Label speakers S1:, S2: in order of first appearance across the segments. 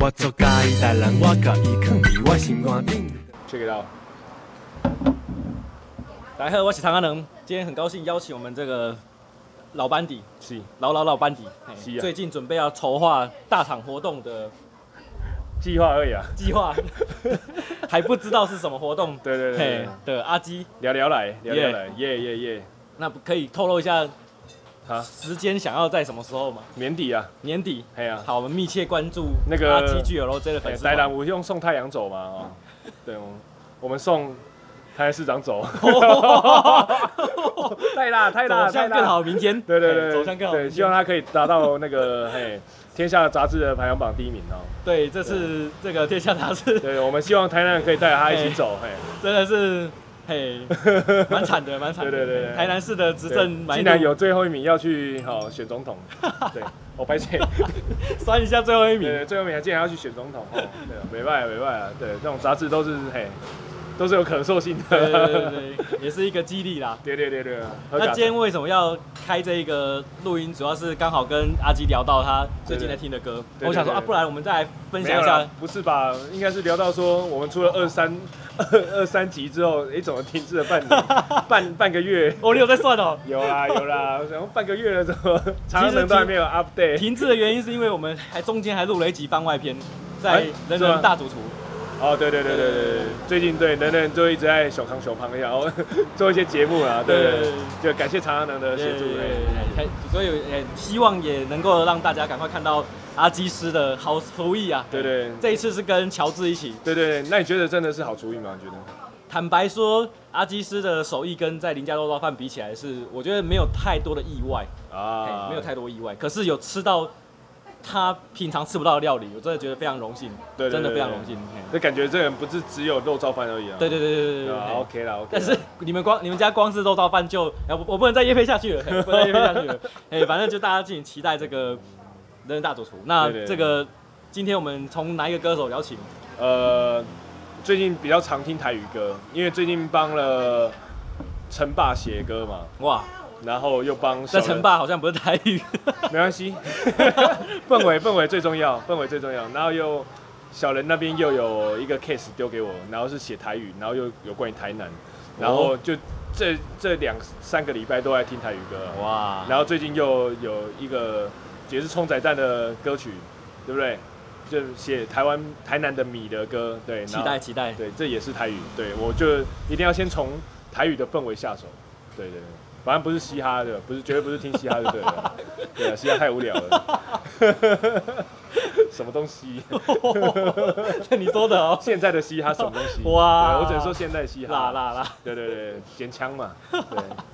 S1: 我做介大人，我甲伊囥伫我心肝顶。
S2: Check it out。
S3: 来喝，我是唐阿能，今天很高兴邀请我们这个老班底，
S2: 是
S3: 老老老班底，嘿
S2: 是啊
S3: 最近准备要筹划大场活动的
S2: 计划而已啊。
S3: 计划， 还不知道是什么活动。
S2: 对对对对
S3: 嘿的阿基，
S2: 聊聊来，聊聊来，耶耶耶！
S3: 那可以透露一下
S2: 好，
S3: 时间想要在什么时候吗？
S2: 年底啊，
S3: 年底。
S2: 嘿啊，
S3: 好，我们密切关注
S2: 那个
S3: 阿基 G L J 的
S2: 嘿
S3: 粉丝
S2: 台
S3: 团。
S2: 南我用送太阳走嘛，哦，对，我们我们送台南市长走，哦 太辣太辣
S3: 走
S2: 太
S3: 向更好
S2: 辣，
S3: 的明天。
S2: 对对
S3: 嘿
S2: 对，
S3: 走向更好的
S2: 对，
S3: 明
S2: 希望
S3: 天。
S2: 他可以达到那个嘿天下杂志的排行榜第一名哦。
S3: 对，这次这个天下杂志
S2: 对，我们希望台南人可以带着他一起走，嘿，
S3: 真的是， 嘿，蛮惨的，蛮惨的。
S2: 对对对对
S3: 台南市的执
S2: 对
S3: 政蛮
S2: 竟然有最后一名要去好选总统，对，我白切。
S3: 算一下最后一名。
S2: 对，最后面还竟然要去选 总统，哦、对啊，没办法，没办法，对，这种杂志都是嘿，都是有可塑性
S3: 对对对
S2: 的，
S3: 对对，也是一个激励啦。
S2: 对对对对，啊喝
S3: 那
S2: 咖
S3: 今天
S2: 啡
S3: 为什么要开这一个录音？主要是刚好跟阿基聊到他最近在听的歌，
S2: 对对对
S3: 我想说啊，
S2: 对
S3: 不然我们再来分
S2: 没
S3: 享
S2: 有
S3: 一
S2: 啦
S3: 下，哦
S2: 不是吧？应该是聊到说，我们出了二三 二二三集之后，诶，怎么停滞了半年 半半个月？
S3: 哦，你有在算哦。
S2: 有啦 有啦，然后半个月了，怎么长城
S3: 停
S2: 都还没有 update？
S3: 停滞的原因是因为我们还中间还录了一集番外篇，在
S2: 哎
S3: 人
S2: 是吗
S3: 人大主厨。
S2: 哦，对对对对对对，最近对人人就一直在小康小胖一下，然后 做一些节目啊，对对
S3: 对
S2: 对，就感谢长城的协助，
S3: 对
S2: 哎
S3: 对对所以也希望也能够让大家赶快看到阿基师的好厨艺啊。
S2: 对对
S3: 这一次是跟乔治一起。
S2: 对对，对那你觉得真的是好主意吗？你觉得？
S3: 坦白说，阿基师的手艺跟在林家肉燥饭比起来是，我觉得没有太多的意外，
S2: 啊
S3: 嘿没有太多意外。可是有吃到他平常吃不到的料理，我真的觉得非常荣幸，
S2: 对对对
S3: 真的非常
S2: 对
S3: 荣幸。嘿
S2: 就感觉这个人不是只有肉燥饭而已啊。
S3: 对对对对对
S2: 对
S3: 对对。
S2: 啊
S3: 嘿
S2: ，OK 啦，OK 啦。
S3: 但是你们光你们家光是肉燥饭就，哎、我我不能再夜配下 去了，嘿不能再夜配下去了，哎、反正就大家敬请期待这个人人大主厨。那
S2: 对对对
S3: 这个今天我们从哪一个歌手聊起？
S2: 呃，最近比较常听台语歌，因为最近帮了陈爸写歌嘛，
S3: 哇，
S2: 然后又帮小
S3: 这
S2: 人
S3: 陈，爸好像不是台 语，
S2: 没关系，氛围氛围最重要，氛围最重要。然后又小人那边又有一个 case 丢给我，然后是写台语，然后又有关于台南，然后就这这两三个礼拜都在听台语歌啊。
S3: 哇，
S2: 然后最近又有一个也是冲仔蛋的歌曲，对不对？就写台湾台南的米的歌，对，
S3: 期
S2: 然后
S3: 待期待。
S2: 对，这也是台语，对我就一定要先从台语的氛围下手，对对对，反正不是嘻哈的，不是绝对不是听嘻哈就对 了，对啊，嘻哈太无聊了， 什么东西？
S3: 你说 的哦，
S2: 现在的嘻哈什么东西？
S3: 哇
S2: 对我只能说现在嘻哈，
S3: 啦啦啦！
S2: 对对对，捡枪嘛，对，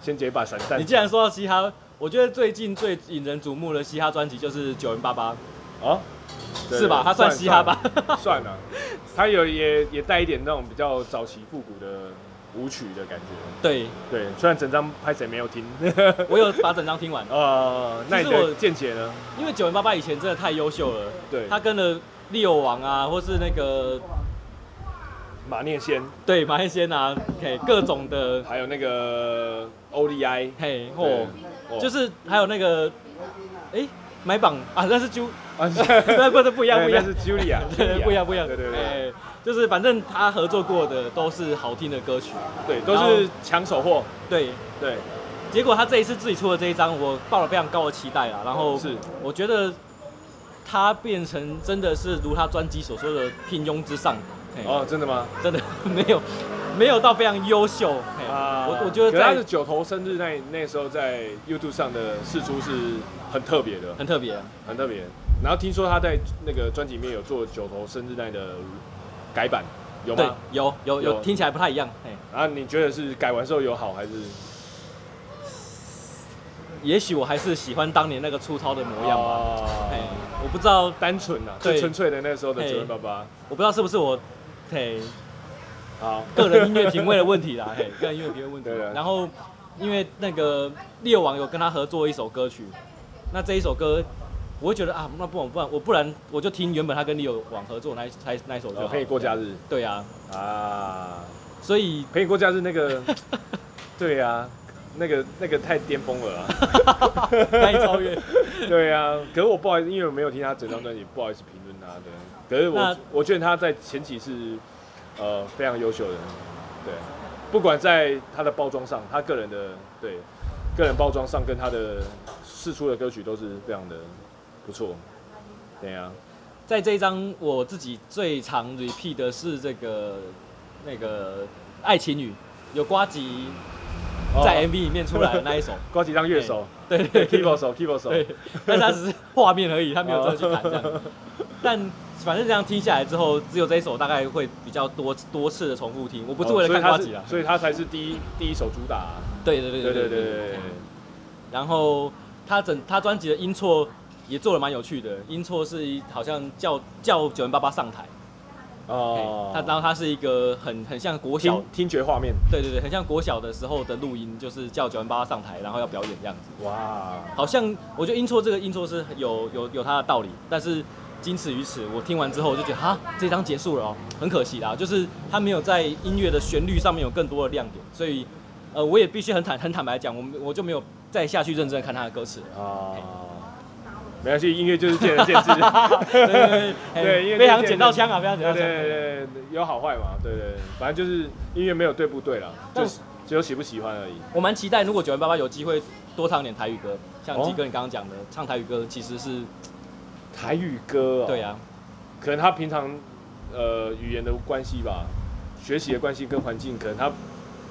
S2: 先捡一把散弹。
S3: 你既然说到嘻哈，我觉得最近最引人瞩目的嘻哈专辑就是九零八八，
S2: 哦，对
S3: 啊是吧？它算嘻哈？吧？
S2: 算 了，他有也也带一点那种比较早期复古的舞曲的感觉。
S3: 对，
S2: 对，虽然整张拍谁没有听，
S3: 我有把整张听完，
S2: 呃，那你
S3: 其实我
S2: 的见解呢？
S3: 因为九零八八以前真的太优秀了，
S2: 对，
S3: 他跟了六王啊，或是那个
S2: 马念先，
S3: 对，马来西啊，嘿，各种的，
S2: 还有那个 O D I，
S3: 嘿，
S2: 对
S3: 哦，就是还有那个，哎、买榜啊，那是啾，
S2: 啊，
S3: 那 不是不
S2: 不
S3: 一样，不一样
S2: 那，是 Julia，
S3: 对，不一样，不一样，
S2: 对对对，
S3: 哎，就是反正他合作过的都是好听的歌曲，
S2: 对，都是抢手货，
S3: 对。
S2: 对，
S3: 结果他这一次自己出的这一张，我抱了非常高的期待啦，啊然后
S2: 是
S3: 我觉得他变成真的是如他专辑所说的平庸之上，嘿
S2: 哦，真的吗？
S3: 真的 没有没有到非常优秀，嘿
S2: 啊，
S3: 哎我我觉
S2: 可
S3: 得
S2: 是他
S3: 在
S2: 的九头生日那那时候在 YouTube 上的试出是很特别的，
S3: 很特别啊、
S2: 很特别。然后听说他在那个专辑里面有做九头生日奈的改版，有
S3: 对
S2: 吗？，
S3: 有有有
S2: 有
S3: 听起来不太一样，嘿，
S2: 然后你觉得是改完之后有好还是
S3: 也许我还是喜欢当年那个粗糙的模样吧，
S2: 吧
S3: 嘿，我不知道，
S2: 哎单纯啊，
S3: 哦哎对
S2: 最纯粹的那时候的
S3: 嘿
S2: 九零爸爸。
S3: 我不知道是不是我，嘿，
S2: 好，
S3: 个人音乐品味的问题啦， 嘿，个人音乐品味问题
S2: 对。啊的
S3: 然后因为那个猎王有跟他合作一首歌曲，那这一首歌。我会觉得啊，那不然不然我不然我就听原本他跟猎王合作那一那一那一首就好
S2: 陪你过家日
S3: 对啊，
S2: 啊，
S3: 所以
S2: 陪你过家日那个， 对啊，那个那个太巅峰了啊，
S3: 难以超越。
S2: 对啊。可是我不好意思，因为我没有听他整张专辑，不好意思评论他的。可是我
S3: 那
S2: 我觉得他在前期是呃非常优秀的，对，不管在他的包装上，他个人的对个人包装上跟他的试出的歌曲都是非常的不错。对啊呀、
S3: 在这一张我自己最常 repeat 的是这个那个爱情语，有瓜吉
S2: 哦
S3: 在 MV 里面出来的那一首，
S2: 高级当乐手，
S3: 对
S2: 对 keyboard 手 keyboard 手，
S3: 对，但是他只是画面而已，他没有真的去弹这
S2: 哦
S3: 样。但反正这样听下来之后，只有这一首大概会比较多多次的重复听，我不是为了看瓜
S2: 他
S3: 吉啊。
S2: 哦所以他才是第一第一首主打、
S3: 对对对
S2: 对对对
S3: 对
S2: 对
S3: 对。
S2: 对，
S3: 然后他整他专辑的音错也做的蛮有趣的，音错是一好像叫叫九零八八上台，
S2: 哦
S3: 哦，，他然后他是一个很很像国小
S2: 听，听觉画面，
S3: 对对对，很像国小的时候的录音，就是叫九零八八上台，然后要表演这样子。
S2: 哇，
S3: 好像我觉得音错这个音错是有有有它的道理，但是仅此于此，我听完之后我就觉得哈，这张结束了哦，很可惜啦，就是它没有在音乐的旋律上面有更多的亮点，所以呃，我也必须很坦很坦白讲，我们我就没有再下去认真地看他的 歌词了。
S2: 啊，没关系，音乐就是见仁 见智。
S3: 对对对
S2: 对因为
S3: 哎非常捡到枪啊，非常捡
S2: 对
S3: 到
S2: 对
S3: 枪。
S2: 对，对有好坏嘛，对对对，反正就是音乐没有对不对啦，
S3: 但
S2: 就是只有喜不喜欢而已。
S3: 我蛮期待，如果九零八八有机会多唱点台语歌，像
S2: 哦
S3: 鸡哥你刚刚讲的，唱台语歌其实是
S2: 台语歌、哦
S3: 对，啊，
S2: 可能他平常呃语言的关系吧，学习的关系跟环境，可能他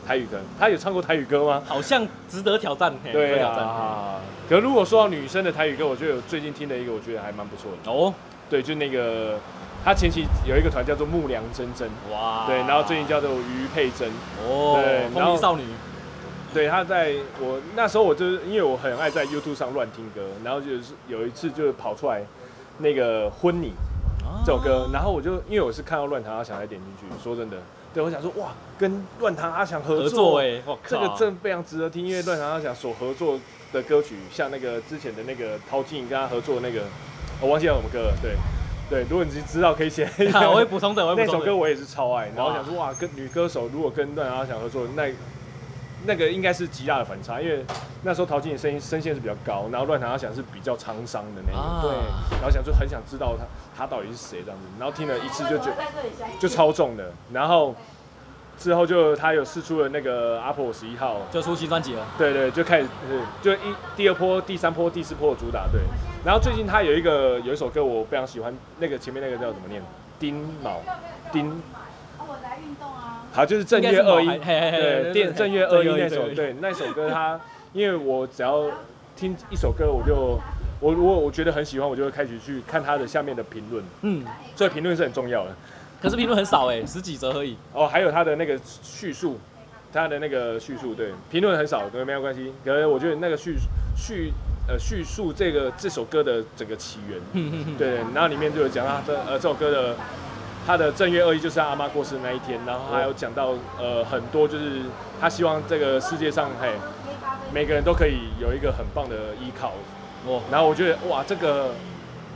S2: 台语可能他有唱过台语歌吗？
S3: 好像值得挑战，嘿值
S2: 对
S3: 得挑战。
S2: 啊，可如果说到女生的台语歌，我觉得我最近听了一个，我觉得还蛮不错的。
S3: 哦，
S2: 对，就那个他前期有一个团叫做木良真真，
S3: 哇，
S2: 对，然后最近叫做于佩珍，对
S3: 哦，
S2: 然
S3: 风
S2: 后
S3: 铃少女，
S2: 对，他在我那时候，我就是因为我很爱在 YouTube 上乱听歌，然后就是有一次就是跑出来那个婚礼这首歌，然后我就因为我是看到乱弹阿翔才点进去，说真的，对我想说哇，跟乱弹阿翔合
S3: 合作
S2: 作
S3: 哎、我靠，
S2: 这个 真的非常值得听，因为乱弹阿翔所合作的歌曲，像那个之前的那个陶晶莹跟他合作的那个，我忘记了什么歌了，对对，如果你知道可以写 一下，
S3: 我会补充的，我会
S2: 那
S3: 补充
S2: 首
S3: 的。
S2: 歌我也是超爱，然后
S3: 哇
S2: 想说哇，跟女歌手如果跟段阿翔合作，那那个应该是极大的反差，因为那时候陶晶莹声音声线是比较高，然后乱弹阿翔是比较沧桑的那种，
S3: 啊
S2: 对，然后想说很想知道他他到底是谁这样子，然后听了一次就觉
S4: 在这里相信
S2: 就超重的，然后之后就他有试出了那个阿婆十一号，
S3: 就出新专辑了，
S2: 对对，就开始呃就一第二波、第三波、第四波的主打对，然后最近他有一个有一首歌我非常喜欢，那个前面那个叫怎么念？丁卯丁
S4: 哦我来运动啊。
S2: 好，就是正月二一，
S3: 应该是毛孩嘿嘿嘿
S2: 对，
S3: 对
S2: 电
S3: 对
S2: 正月二一
S3: 正月
S2: 那
S3: 二一
S2: 首，
S3: 正月二一
S2: 对，那首歌它，因为我只要听一首歌，我就我如果我觉得很喜欢，我就会开始去看它的下面的评论，
S3: 嗯，
S2: 所以评论是很重要的。
S3: 可是评论很少哎、十几折 而已。
S2: 哦，还有它的那个叙述，它的那个叙述，对，评论很少，对，没有关系。可是我觉得那个叙叙呃叙述这个这首歌的整个起源，
S3: 哼哼哼，
S2: 对，然后里面就有讲到他的呃这首歌的他的正月二一就是他阿妈过世的那一天，然后还有讲到呃很多就是他希望这个世界上嘿每个人都可以有一个很棒的依靠，
S3: 哇
S2: 然后我觉得哇这个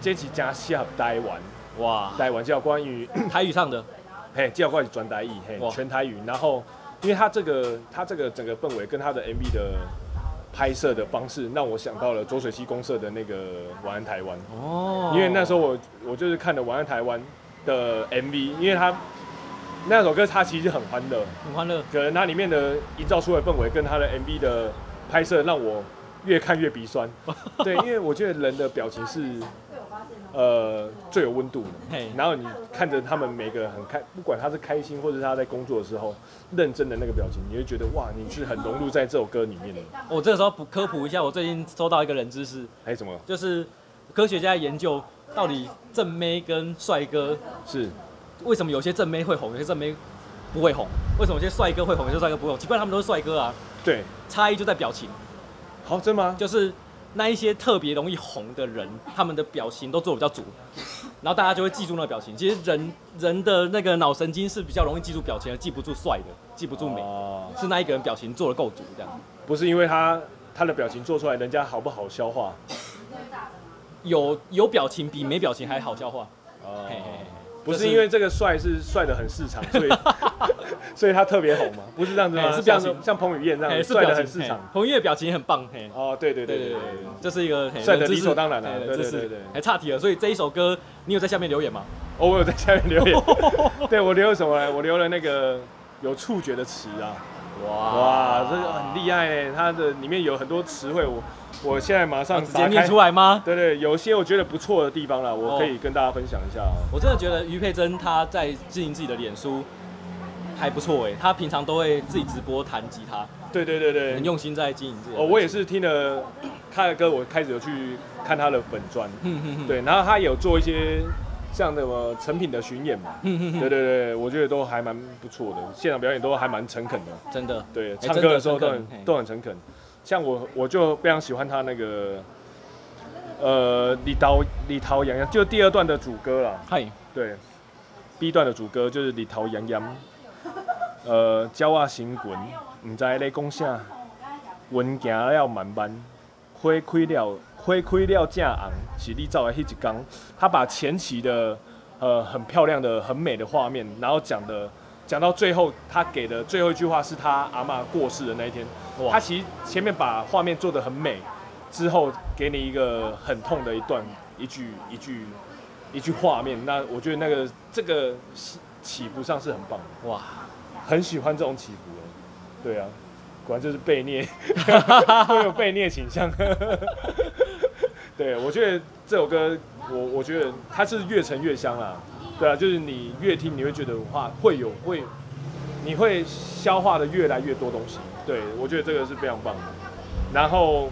S2: 这几家下台湾
S3: 哇，
S2: 台湾叫关于
S3: 台语唱的，
S2: 嘿叫关于转台语嘿
S3: 哇
S2: 全台语，然后因为他这个他这个整个氛围跟他的 MV 的。拍摄的方式让我想到了浊水溪公社的那个《晚安台湾》，
S3: 哦
S2: 因为那时候我我就是看了《晚安台湾》的 MV，因为它那首歌它其实很欢乐，
S3: 很欢乐，
S2: 可能它里面的营造出来的氛围跟它的 MV 的拍摄让我越看越鼻 酸。对，因为我觉得人的表情是呃最有温度的
S3: 嘿。
S2: 然后你看着他们每个很开，不管他是开心或者他在工作的时候认真的那个表情，你会觉得哇，你是很融入在这首歌里面的。
S3: 我这个时候补科普一下，我最近收到一个冷知识，
S2: 还有什么？
S3: 就是科学家研究到底正妹跟帅哥
S2: 是
S3: 为什么有些正妹会红，有些正妹不会红，为什么有些帅哥会红，有些帅哥不会红？奇怪，他们都是帅哥啊，
S2: 对，
S3: 差异就在表情，
S2: 好真吗？
S3: 就是那一些特别容易红的人，他们的表情都做得比较足，然后大家就会记住那个表情。其实人人的那个脑神经是比较容易记住表情的，记不住帅的，记不住美，
S2: 哦
S3: 是那一个人表情做得够足这样。
S2: 不是因为他他的表情做出来，人家好不好消化？
S3: 有有表情比没表情还好消化，
S2: 哦
S3: 嘿嘿嘿，
S2: 不
S3: 就是
S2: 是因为这个帅是帅的很市场，所 以 所以他特别红嘛？不是这样子
S3: 哎
S2: 吗？
S3: 是
S2: 这样
S3: 表
S2: 子
S3: 情
S2: 像彭于晏这
S3: 哎
S2: 样
S3: 是
S2: 帅
S3: 表
S2: 的
S3: 情
S2: 很市场
S3: 嘿。彭于晏表情很棒，嘿，
S2: 哦，对对
S3: 对
S2: 对
S3: 对
S2: 对
S3: 对
S2: 对，
S3: 对，这是一个嘿
S2: 帅得
S3: 冷知识
S2: 理所当然啊
S3: 嘿冷
S2: 对
S3: 知
S2: 对
S3: 识
S2: 对对
S3: 还差题了，所以这一首歌你有在下面留言吗？
S2: 哦，我有在下面留 言，对我留了什么呢？我留了那个有触觉的词啊，哇，这个很厉害哎，它的里面有很多词汇，我我现在马上
S3: 直
S2: 打
S3: 接
S2: 开
S3: 念出来吗？
S2: 对对，有些我觉得不错的地方啦，我可以跟大家分享一下啊。
S3: 我真的觉得于佩珍她在经营自己的脸书还不错哎，她平常都会自己直播弹吉他，
S2: 对对对对
S3: 很，用心在经营自己的
S2: 哦，
S3: 脸书。
S2: 我也是听了他的歌，我开始有去看他的粉砖，
S3: 哼哼哼，
S2: 对，然后他有做一些像什么成品的巡演嘛，
S3: 哼哼哼
S2: 对对对，我觉得都还蛮不错的，现场表演都还蛮诚恳的，
S3: 真的
S2: 对，
S3: 哎
S2: 唱歌的时候都
S3: 真的
S2: 很
S3: 诚恳
S2: 都很诚恳。像我，我就非常喜欢他那个，呃，李桃李桃洋洋，就第二段的主歌啦，
S3: 嗨，
S2: 对，B 段的主歌就是李桃洋洋，呃，鸟啊行滚，唔知咧讲啥，云行了慢慢，花开了花开了正红，是你走的迄一天。他把前期的呃很漂亮的、很美的画面，然后讲的讲到最后，他给的最后一句话是他阿嬷过世的那一天。
S3: 哇
S2: 他其实前面把画面做得很美，之后给你一个很痛的一段一句一句一句画面，那我觉得那个这个起起伏上是很棒的，
S3: 哇，
S2: 很喜欢这种起伏的。对啊，果然就是被虐， 会有被虐倾向。 对，我觉得这首歌，我我觉得它是越沉越香啦。对啊，就是你越听，你会觉得话会有会，你会消化的越来越多东西。对，我觉得这个是非常棒的。然后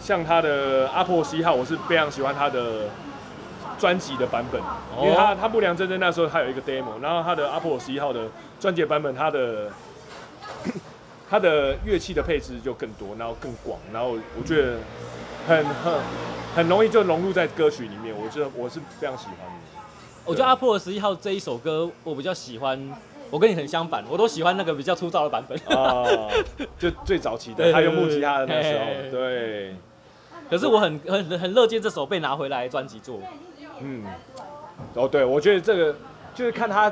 S2: 像他的阿破西号，我是非常喜欢他的专辑的版本，
S3: 哦
S2: 因为他他不良真真那时候他有一个 demo，然后他的阿破西号的专辑的版本，他的 他的乐器的配置就更多，然后更广，然后我觉得很很很容易就融入在歌曲里面，我觉得我是非常喜欢的。
S3: 我觉得阿波罗十一号这一首歌我比较喜欢，我跟你很相反，我都喜欢那个比较粗糙 的版本。
S2: 啊，就最早期
S3: 对对
S2: 的，他用木吉他的那时候，
S3: 对对
S2: 对，
S3: 可是我很很很乐见这首被拿回来专辑做。
S2: 嗯，哦，对，我觉得这个就是看他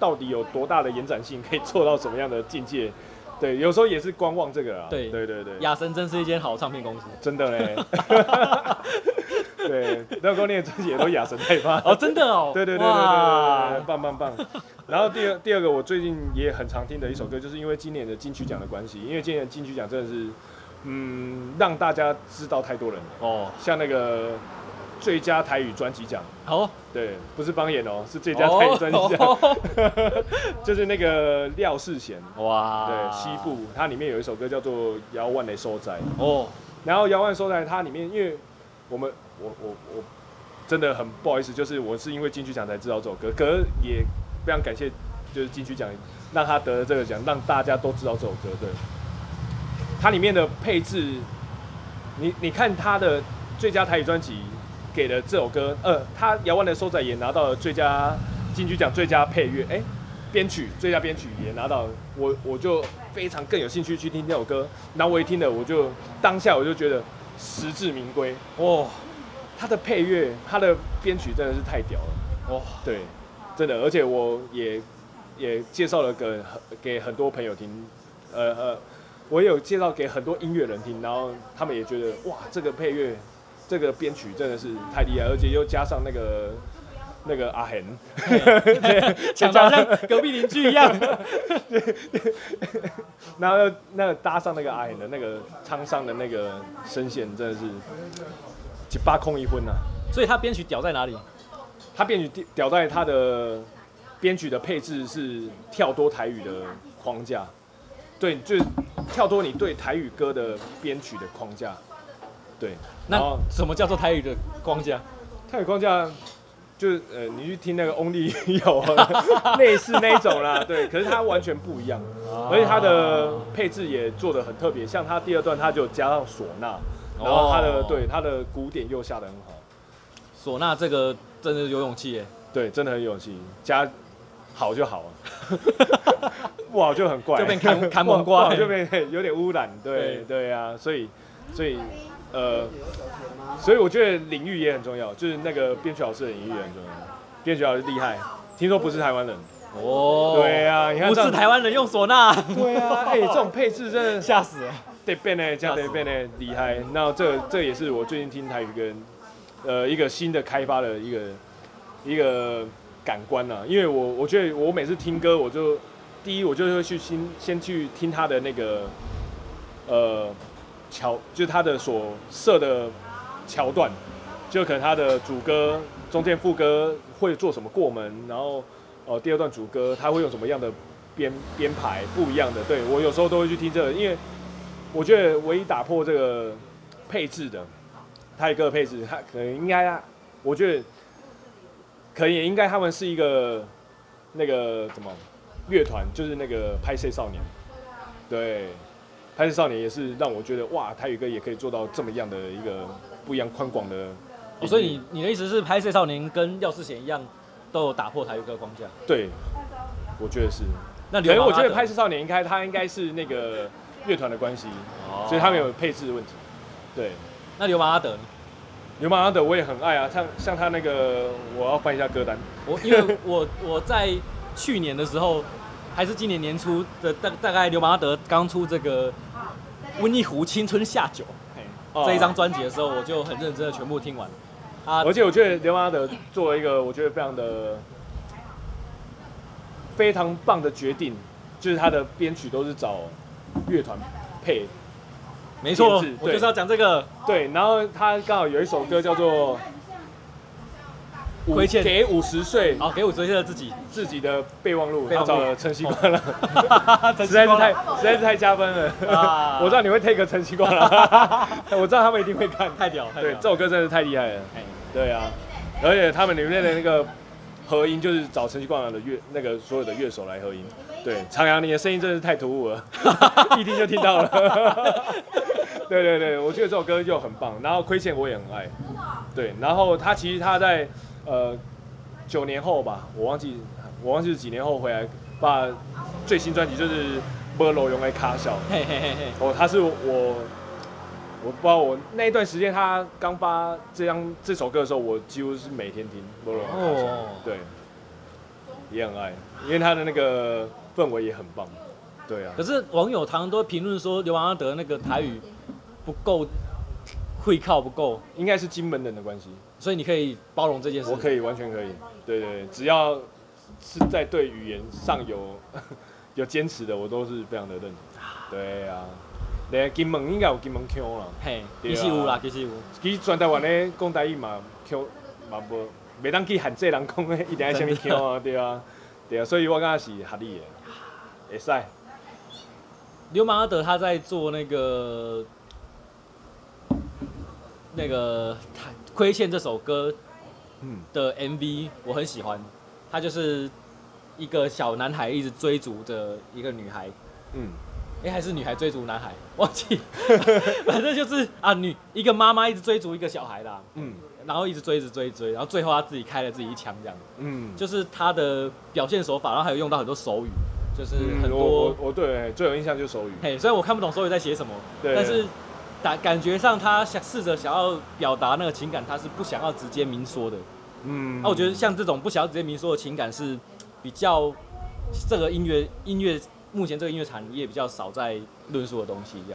S2: 到底有多大的延展性，可以做到什么样的境界。对，有时候也是观望这个啊。
S3: 对
S2: 对对对，
S3: 雅神真是一间好唱片公司
S2: 真的 嘞。对，廖光念的专辑也都雅神代发。
S3: 哦，真的哦，
S2: 对对对对对
S3: 哇
S2: 对，棒棒棒。然后第二第二个，我最近也很常听的一首歌，就是因为今年的金曲奖的关系，因为今年的金曲奖真的是，嗯，让大家知道太多人了。
S3: 哦，
S2: 像那个最佳台语专辑奖，
S3: 好哦，
S2: 对，不是方言哦，是 最佳台语专辑啊 奖，就是那个廖世贤，
S3: 哦哇，
S2: 对，西部，它里面有一首歌叫做《姚万的收宅》，
S3: 哦，
S2: 然后姚万收宅它里面，因为我们我我我真的很不好意思，就是我是因为金曲奖才知道这首歌，可是也非常感谢，就是金曲奖让他得了这个奖，让大家都知道这首歌。对，它里面的配置，你你看它的最佳台语专辑给的这首歌，呃，他姚万的收仔也拿到了最佳金曲奖最佳配乐，哎、编曲最佳编曲也拿到了，我我就非常更有兴趣去听这首歌。然后我一听了，我就当下我就觉得实至名归，
S3: 哇，
S2: 他的配乐，他的编曲真的是太屌了。
S3: 哇，
S2: 对，真的，而且我也也介绍了给给很多朋友听，呃呃，我也有介绍给很多音乐人听，然后他们也觉得哇，这个配乐，这个编曲真的是太厉害，而且又加上那个那个阿恒，
S3: 讲的像隔壁邻居一样，
S2: 然后又那个搭上那个阿恒的那个沧桑的那个声线，真的是几八空一荤呐、
S3: 所以他编曲屌在哪里？
S2: 他编曲屌在他的编曲的配置是跳脱台语的框架，对，就是跳脱你对台语歌的编曲的框架，对，然
S3: 那
S2: 后
S3: 什么叫做台语的框架？
S2: 台语框架就是呃，你去听那个 Only 有啊类似那一种啦，对，可是它完全不一样，而且它的配置也做的很特别，像它第二段它就加上唢呐，然后它的
S3: 哦
S2: 对它的鼓点又下的很好。
S3: 唢呐这个真的有勇气耶，
S2: 对，真的很有心，加好就好啊， 不好就很怪，
S3: 就变 看看蒙瓜
S2: 不好就变有点污染，对
S3: 对
S2: 对啊，所以所以呃，所以我觉得领域也很重要，就是那个编曲老师的领域也很重要，编曲老师厉害，听说不是台湾人。
S3: 哦，
S2: 对啊，你看
S3: 不
S2: 这
S3: 是
S2: 样
S3: 台湾人用唢呐，
S2: 对啊，哎、这种配置真的
S3: 吓死了。
S2: 得变呢，这样得变呢，厉害。那这这也是我最近听台语跟呃一个新的开发的一个一个感官啊，因为我我觉得我每次听歌，我就第一我就会去先先去听他的那个呃桥，就是他的所设的桥段，就可能他的主歌中间副歌会做什么过门，然后呃第二段主歌他会用什么样的编编排不一样的，对我有时候都会去听这个，因为我觉得唯一打破这个配置的泰戈配置，他可能应该啊，我觉得可能也应该他们是一个那个怎么乐团，就是那个拍摄少年，对，拍摄少年也是让我觉得哇，台语歌也可以做到这么样的一个不一样宽广的。
S3: 哦所以你你的意思是，拍摄少年跟廖世贤一样，都有打破台语歌框架？
S2: 对，我觉得是。
S3: 那
S2: 可
S3: 刘
S2: 是
S3: 妈
S2: 我
S3: 妈
S2: 觉
S3: 的
S2: 得拍摄少年应该他应该是那个乐团的关系，
S3: 哦
S2: 所以他们有配置的问题。对，
S3: 那刘马阿德，
S2: 牛马拉德我也很爱啊，像像他那个我要翻一下歌单，
S3: 我因为我我在去年的时候，还是今年年初的大大概刘马阿德刚出这个《温一壶青春下酒》
S2: 哦
S3: 这一张专辑的时候，我就很认真的全部听完了。啊
S2: 而，且我觉得刘阿德做了一个我觉得非常的非常棒的决定，就是他的编曲都是找乐团配，
S3: 没错
S2: 电视，
S3: 我就是要讲这个
S2: 对，然后他刚好有一首歌叫做《五
S3: 亏欠
S2: 给五十岁
S3: 好，给我昨天的自己，
S2: 自己的备忘录》，
S3: 备忘
S2: 他
S3: 录哦
S2: 找了陈希光了， 实在是太实在是太加分了
S3: 啊，
S2: 我知道你会 take 陈希光 了，我知道他们一定会看，
S3: 太屌，太
S2: 对，
S3: 屌
S2: 这。首歌真的太厉害了。
S3: 哎
S2: 对啊，而且他们里面的那个合音就是找陈绮冠的乐那个所有的乐手来合音。对，长阳，你的声音真的是太突兀了，一听就听到了。对对对，我觉得这首歌就很棒。然后《亏欠》我也很爱。对，然后他其实他在呃九年后吧，我忘记我忘记是几年后回来，把最新专辑就是《波罗用来卡笑》。
S3: 嘿嘿嘿嘿，
S2: 哦，他是我，我不知道我那一段时间他刚发这张这首歌的时候，我几乎是每天听。哦，
S3: 哦，
S2: 对，也很爱，因为他的那个氛围也很棒。对啊
S3: 可，是网友常常都会评论说刘阿德那个台语不够，会靠不够，
S2: 应该是金门人的关系，
S3: 所以你可以包容这件事。
S2: 我可以完全可以。对对对，只要是在对语言上有有坚持的，我都是非常的认同。对啊，对金门应该有金门腔啦。
S3: 嘿，
S2: 对啊
S3: 其实有啦，其实有。
S2: 其实全台湾咧讲台语嘛，腔嘛无，袂当去限制人讲的一定爱啥物腔啊，对啊，对啊，所以我感觉是合理的，
S3: 啊
S2: 会使。
S3: 刘马阿德他在做那个那个他《亏欠》这首歌
S2: 嗯，
S3: 的 MV，我很喜欢。他就是一个小男孩一直追逐着一个女孩，
S2: 嗯，
S3: 哎、还是女孩追逐男孩，忘记， 反正就是啊，女一个妈妈一直追逐一个小孩啦，
S2: 嗯，
S3: 然后一直追，一直追，一直追，然后最后他自己开了自己一枪，这样，
S2: 嗯，
S3: 就是他的表现手法，然后还有用到很多手语，就是
S2: 嗯
S3: 很
S2: 我
S3: 多，
S2: 我我对最有印象就是手语，
S3: 嘿，虽然我看不懂手语在写什么，
S2: 对
S3: 但是感感觉上他想试着想要表达那个情感，他是不想要直接明说的。
S2: 嗯，
S3: 啊那、我觉得像这种不想要直接明说的情感是比较这个音乐音乐目前这个音乐产业比较少在论述的东西。这样，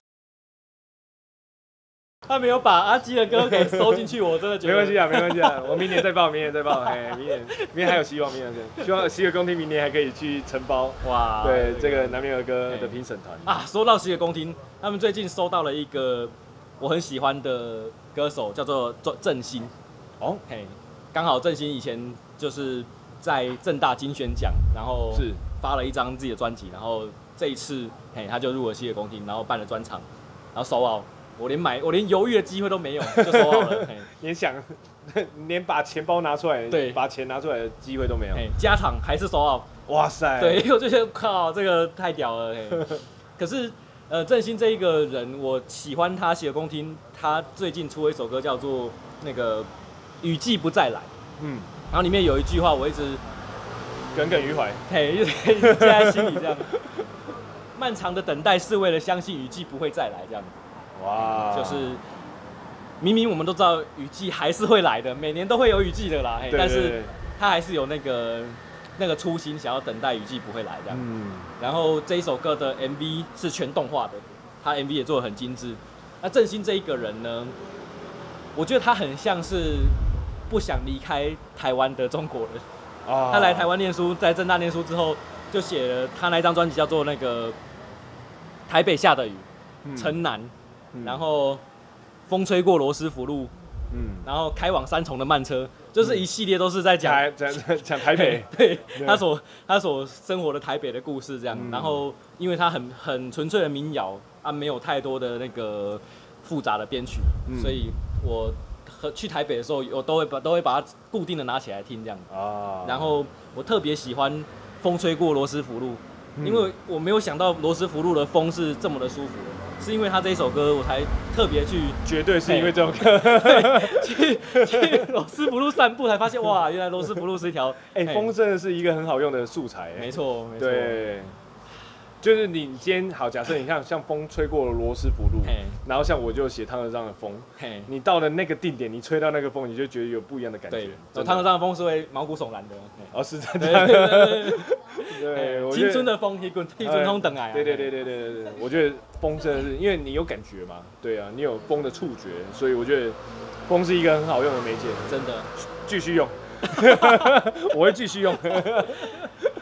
S3: 他没有把阿基的歌给收进去，我真的觉
S2: 没
S3: 得
S2: 关系啊，没关系啊，我明年再报，明年再报， 嘿，明年明年还有希望，明年还有希望希望西格公听明年还可以去承包。
S3: 哇，
S2: 对这个南面儿歌的
S3: 嘿
S2: 评审团，
S3: 啊，说到西野公听，他们最近收到了一个我很喜欢的歌手，叫做郑郑兴。
S2: 哦，
S3: 嘿，刚好郑兴以前就是在正大金选奖，然后
S2: 是
S3: 发了一张自己的专辑，然后这一次嘿他就入了西野公听，然后办了专场，然后收澳，我连买我连犹豫的机会都没有就收澳了，嘿，
S2: 连想 连把钱包拿出来，
S3: 对
S2: 把钱拿出来的机会都没有。
S3: 嘿，加场还是收澳，
S2: 哇塞，
S3: 对，因为我就觉得靠这个太屌了，嘿，可是。呃，郑兴这一个人，我喜欢他西野公听，他最近出了一首歌叫做那个《雨季不再来》，
S2: 嗯，
S3: 然后里面有一句话我一直
S2: 耿耿于怀。
S3: 嘿，一直一直记在心里这样。漫长的等待是为了相信雨季不会再来，这样
S2: 哇，
S3: 就是明明我们都知道雨季还是会来的，每年都会有雨季的啦，嘿，
S2: 对对
S3: 但
S2: 对
S3: 是它还是有那个那个初心想要等待雨季不会来这样。
S2: 嗯，
S3: 然后这一首歌的 MV 是全动画的，他 MV 也做的很精致。那郑兴这一个人呢，我觉得他很像是不想离开台湾的中国人。
S2: 啊
S3: 他来台湾念书，在正大念书之后，就写了他那张专辑叫做那个《台北下的雨》，
S2: 嗯
S3: 城南，
S2: 嗯
S3: 然后风吹过罗斯福路，
S2: 嗯，
S3: 然后开往三重的慢车，就是一系列都是在讲
S2: 讲讲 讲台北，
S3: 对
S2: 对
S3: 他所他所生活的台北的故事这样。
S2: 嗯
S3: 然后，因为他很很纯粹的民谣，啊，没有太多的那个复杂的编曲，
S2: 嗯
S3: 所以我和去台北的时候，我都会把都会把它固定的拿起来听这样。
S2: 啊
S3: 然后我特别喜欢风吹过罗斯福路，
S2: 嗯
S3: 因为我没有想到罗斯福路的风是这么的舒服的，是因为他这一首歌，我才特别去
S2: 绝对是因为这首歌，
S3: 去 去罗斯福路散步，才发现哇，原来罗斯福路是一条
S2: 哎，
S3: 嘿
S2: 风真的是一个很好用的素材，哎
S3: 没错，没错，
S2: 对，就是你今天好，假设你像像风吹过罗斯福路
S3: 嘿，
S2: 然后像我就写汤德章的风，
S3: 嘿，
S2: 你到了那个地点，你吹到那个风，你就觉得有不一样的感觉。
S3: 对
S2: 真，的
S3: 走汤的上的风是会毛骨悚然的，
S2: 哦是真
S3: 嘿
S2: 的，
S3: 对对对对
S2: 对，
S3: 对，
S2: 哎我
S3: 青
S2: 觉
S3: 春
S2: 得。哎
S3: 的风一滚一滚通等来，啊
S2: 对对对对对对对对，我觉得风真的是，因为你有感觉嘛，对啊，你有风的触觉，所以我觉得风是一个很好用的媒介，
S3: 真的。
S2: 继续用， 我会继续用。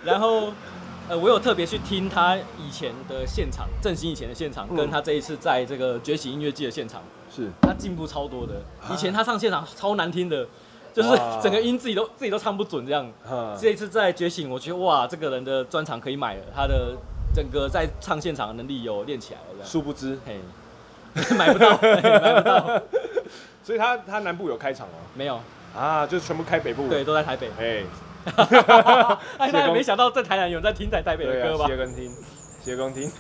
S3: 然后，呃，我有特别去听他以前的现场，振兴以前的现
S2: 嗯
S3: 场，跟他这一次在这个觉醒音乐季的现场，
S2: 是，
S3: 他进步超多的。以前他上现场超难听的，就是
S2: 啊哇
S3: 整个音自己都自己都唱不准这样。
S2: 啊
S3: 这一次在觉醒，我觉得哇，这个人的专场可以买了，他的整个在唱现场的能力有练起来了这样。
S2: 殊不知，
S3: 嘿， 买不到， 嘿买不到，
S2: 所以他他南部有开场哦，
S3: 没有，
S2: 啊，就全部开北部，
S3: 对，，都在台北。
S2: 哎，
S3: 哎，他也没想到在台南有人在听台台北
S2: 对
S3: 的歌
S2: 啊，
S3: 吧
S2: 谢？公听，谢公听，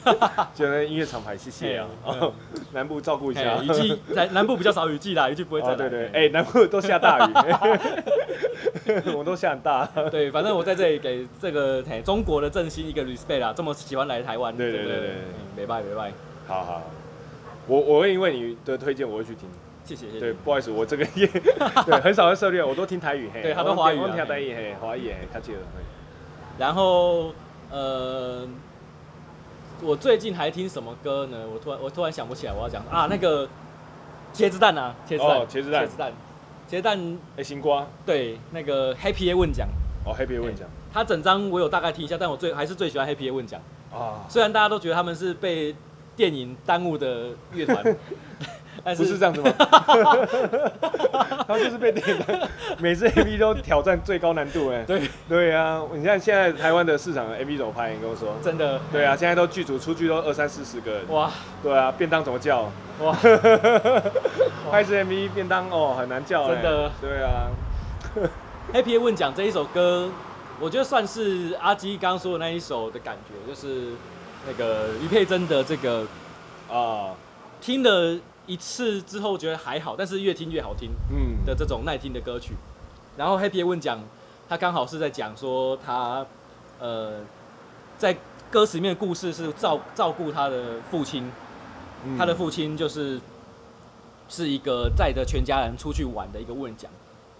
S2: 就那音乐厂牌，谢谢啊，哦南部照啊顾一下
S3: 嘿，雨季在南部比较少雨季啦，雨季不会再
S2: 哦
S3: 来。
S2: 对对，
S3: 嘿
S2: 哎，南部都下 大雨，我都下很大，
S3: 对，反正我在这里给这个嘿中国的振兴一个 respect 啦，这么喜欢来台湾，
S2: 对对
S3: 这个
S2: 对对对
S3: 嗯没拜没拜，
S2: 好好，我我会因为你的推荐我会去听，
S3: 谢谢谢
S2: 对，
S3: 谢。
S2: 不好意思，我这个也 对很少会涉猎，我都听台语嘿，
S3: 对他都华语啊
S2: 我听台语嘿，华语嘿，他记得
S3: 然后呃，我最近还听什么歌呢？我突然我突然想不起来我要讲什么啊，那个茄子蛋啊，茄子蛋，
S2: 哦茄子蛋
S3: 茄子蛋，茄子蛋，
S2: 哎，新瓜
S3: 对，那个 Happy A 问奖，
S2: 哦，黑别问讲
S3: 他整张我有大概听一下，但我最还是最喜欢 Happy A 问奖。
S2: 啊，
S3: 虽然大家都觉得他们是被电影耽误的乐团， 但是
S2: 哦不是这样子吗？他就是被电影的，每次 MV 都挑战最高难度哎。
S3: 对，
S2: 对啊，你看现在台湾的市场 MV 怎么拍？你跟我说。
S3: 真的
S2: 对啊，现在都剧组出去都二三四十个人。
S3: 哇
S2: 对啊，便当怎么叫？
S3: 哇，
S2: 拍一支 MV 便当哦，很难叫。
S3: 真的。
S2: 对啊，
S3: Happy 问讲这一首歌，我觉得算是阿基刚刚说的那一首的感觉，就是那个于佩珍的这个
S2: 啊，
S3: 听了一次之后觉得还好，但是越听越好听
S2: 嗯，
S3: 的这种耐听的歌曲。然后 Happy 问讲，他刚好是在讲说他呃在歌词里面的故事是照照顾他的父亲，
S2: 嗯
S3: 他的父亲就是是一个载着全家人出去玩的一个问讲，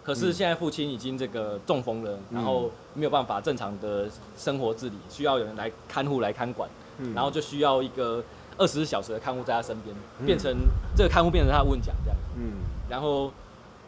S3: 可
S2: 嗯
S3: 是现在父亲已经这个中风了，然后没有办法正常的生活自理，需要有人来看护来看管，
S2: 嗯
S3: 然后就需要一个二十四小时的看护在他身边，
S2: 嗯
S3: 变成这个看护变成他的问讲这样，
S2: 嗯
S3: 然后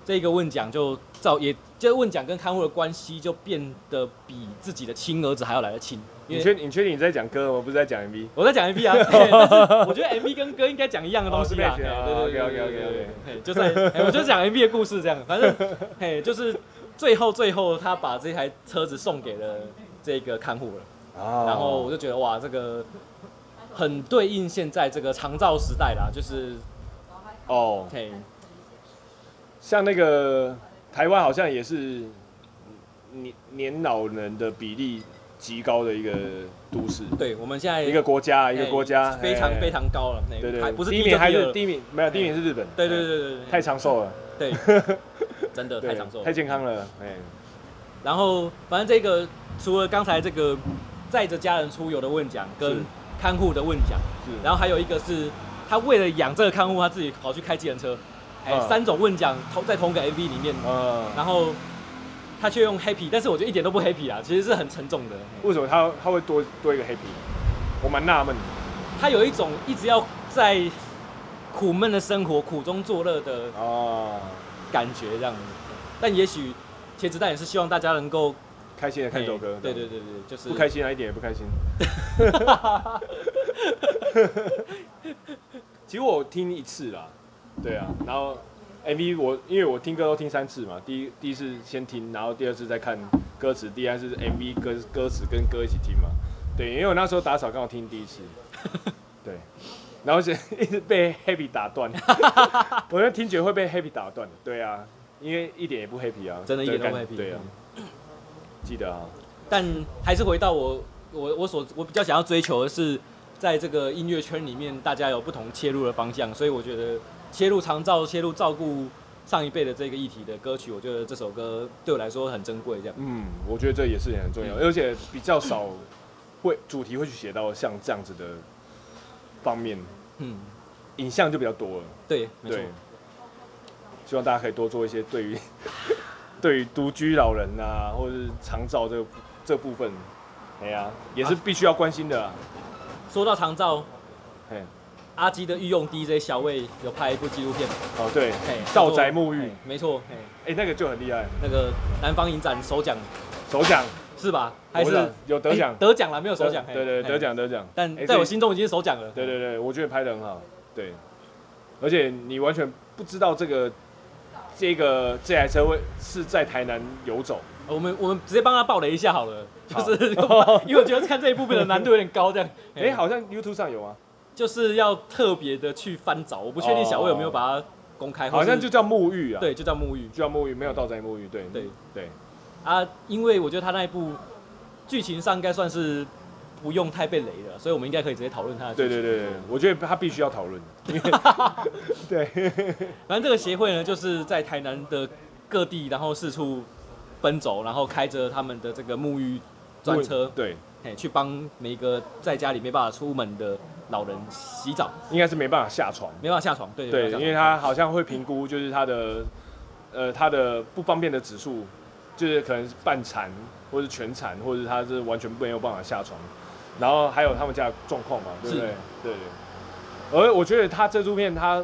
S3: 这个问讲就造也这问讲跟看护的关系就变得比自己的亲儿子还要来得亲，因
S2: 你
S3: 为
S2: 确你确定你在讲歌吗？我不是在讲 MV
S3: 我在讲 MV 啊，嘿但是我觉得 MV 跟歌应该讲一样的东西
S2: 哦
S3: 啦。
S2: 是
S3: 嘿
S2: 那些
S3: 对对对
S2: 哦
S3: 对对
S2: OK，OK，OK，OK
S3: 对嘿就在，嘿我就讲 MV 的故事这样， 反正，嘿，就是最后最后他把这台车子送给了这个看护了，
S2: 啊
S3: 然后我就觉得哇，这个很对应现在这个长照时代啦，就是
S2: 哦，
S3: 嘿，
S2: 像那个
S3: 哦
S2: 台湾好像也是年年老人的比例极高的一个都市，
S3: 对我们现在
S2: 一个国家
S3: 嘿
S2: 一个国家，
S3: 非常
S2: 哎
S3: 非常高了，那
S2: 对对，
S3: 还不是
S2: 第
S3: 一
S2: 一名还是
S3: 对
S2: 第一名，没有第一名是日本，
S3: 对
S2: 哎
S3: 对对对
S2: 太长寿了，
S3: 对，真的太
S2: 对
S3: 长寿了，
S2: 太健康了，哎，
S3: 然后反正这个除了刚才这个载着家人出游的问奖
S2: 是
S3: 跟看护的问奖，
S2: 是，
S3: 然后还有一个是他为了养这个看护，他自己跑去开计程车，哎、
S2: 嗯
S3: 三种问奖同在同个 MV 里面，
S2: 呃，
S3: 然后他却用 happy，但是我觉得一点都不 happy 啊，其实是很沉重的。
S2: 为什么他他会多多一个 happy？我蛮纳闷的。
S3: 他有一种一直要在苦闷的生活苦中作乐的
S2: 哦，
S3: 感觉这样子。但也许茄子蛋也是希望大家能够哎
S2: 开心的看这首歌
S3: 嘿。对对对对，就是
S2: 不 开心啊，一点也不开心。其实我听一次啦，对啊，然后 MV 我因为我听歌都听三次嘛，第一第一次先听，然后第二次再看歌词，第三次是 MV 歌歌词跟歌一起听嘛，对，因为我那时候打扫刚好听第一 次，对，然后是一直被 Happy 打 断，我的听觉会被 Happy 打断，对啊，因为一点也不 Happy 啊，
S3: 真的一点都不
S2: 感
S3: happy
S2: 对啊，记得啊，
S3: 但还是回到我我我所我比较想要追求的是，在这个音乐圈里面，大家有不同切入的方向，所以我觉得切入长照、切入照顾上一辈的这个议题的歌曲，我觉得这首歌对我来说很珍贵。这样，
S2: 嗯，我觉得这也是很重要，
S3: 嗯
S2: 而且比较少会主题会去写到像这样子的方面，
S3: 嗯，
S2: 影像就比较多了。
S3: 对，没错
S2: 对，，希望大家可以多做一些对于 对于独居老人啊，或者是长照这个这部分，哎呀、也是必须要关心的啊。
S3: 说到长照，
S2: 嘿，
S3: 阿基的御用 DJ 小魏有拍一部纪录片，
S2: 哦对
S3: 嘿，，
S2: 少宅沐浴
S3: 嘿，没错，嘿，
S2: 哎、那个就很厉害，
S3: 那个南方影展首奖
S2: 首奖
S3: 是吧？还
S2: 我知道
S3: 是
S2: 有得奖
S3: 哎得奖了，没有首奖，嘿
S2: 对对对，得。
S3: 嘿
S2: 奖得奖。哎
S3: 但在我
S2: 这
S3: 心中已经是首奖了。
S2: 对对对，我觉得拍的很好，对，而且你完全不知道这个这个这台车会是在台南游走，
S3: 我们我们直接帮他爆雷一下好了，就
S2: 好
S3: 是 因为我觉得看这一部分的难度有点高， 这样。
S2: 哎、好像 YouTube 上有啊，
S3: 就是要特别的去翻找，我不确定小魏有没有把它公开，
S2: 哦好
S3: 哎或
S2: 像
S3: 是
S2: 就叫沐浴啊，，
S3: 对，就叫沐浴
S2: 就叫沐浴，没有倒宅沐浴，对
S3: 对
S2: 对，
S3: 啊，因为我觉得他那一部剧情上应该算是不用太被雷了，所以我们应该可以直接讨论他的剧
S2: 对
S3: 情。
S2: 对对对，我觉得他必须要讨 论，因为对，
S3: 反正这个协会呢，就是在台南的各地，然后四处奔走，然后开着他们的这个沐浴专车，
S2: 对，
S3: 哎，去帮每一个在家里没办法出门的老人洗澡，
S2: 应该是没办法下床，
S3: 没办法下床，对
S2: 对，
S3: 没办法下
S2: 因
S3: 床
S2: 为他好像会评估，就是他的呃他的不方便的指数，就是可能是半残或是全残，或者是他是完全没有办法下床，然后还有他们家的状况嘛，对不对
S3: 是？
S2: 对对。而我觉得他这部片，他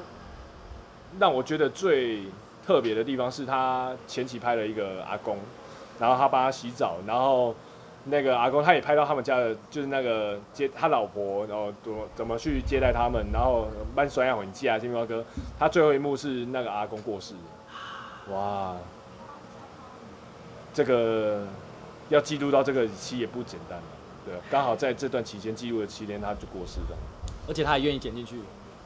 S2: 让我觉得最特别的地方是他前期拍了一个阿公，然后他帮他洗澡，然后那个阿公他也拍到他们家的，就是那个接他老婆，然后怎么怎么去接待他们，然后办酸亚混记啊，金毛哥，他最后一幕是那个阿公过世，哇，这个要记录到这个期也不简单了，对啊，刚好在这段期间记录了七天，他就过世了，
S3: 而且他也愿意剪进去。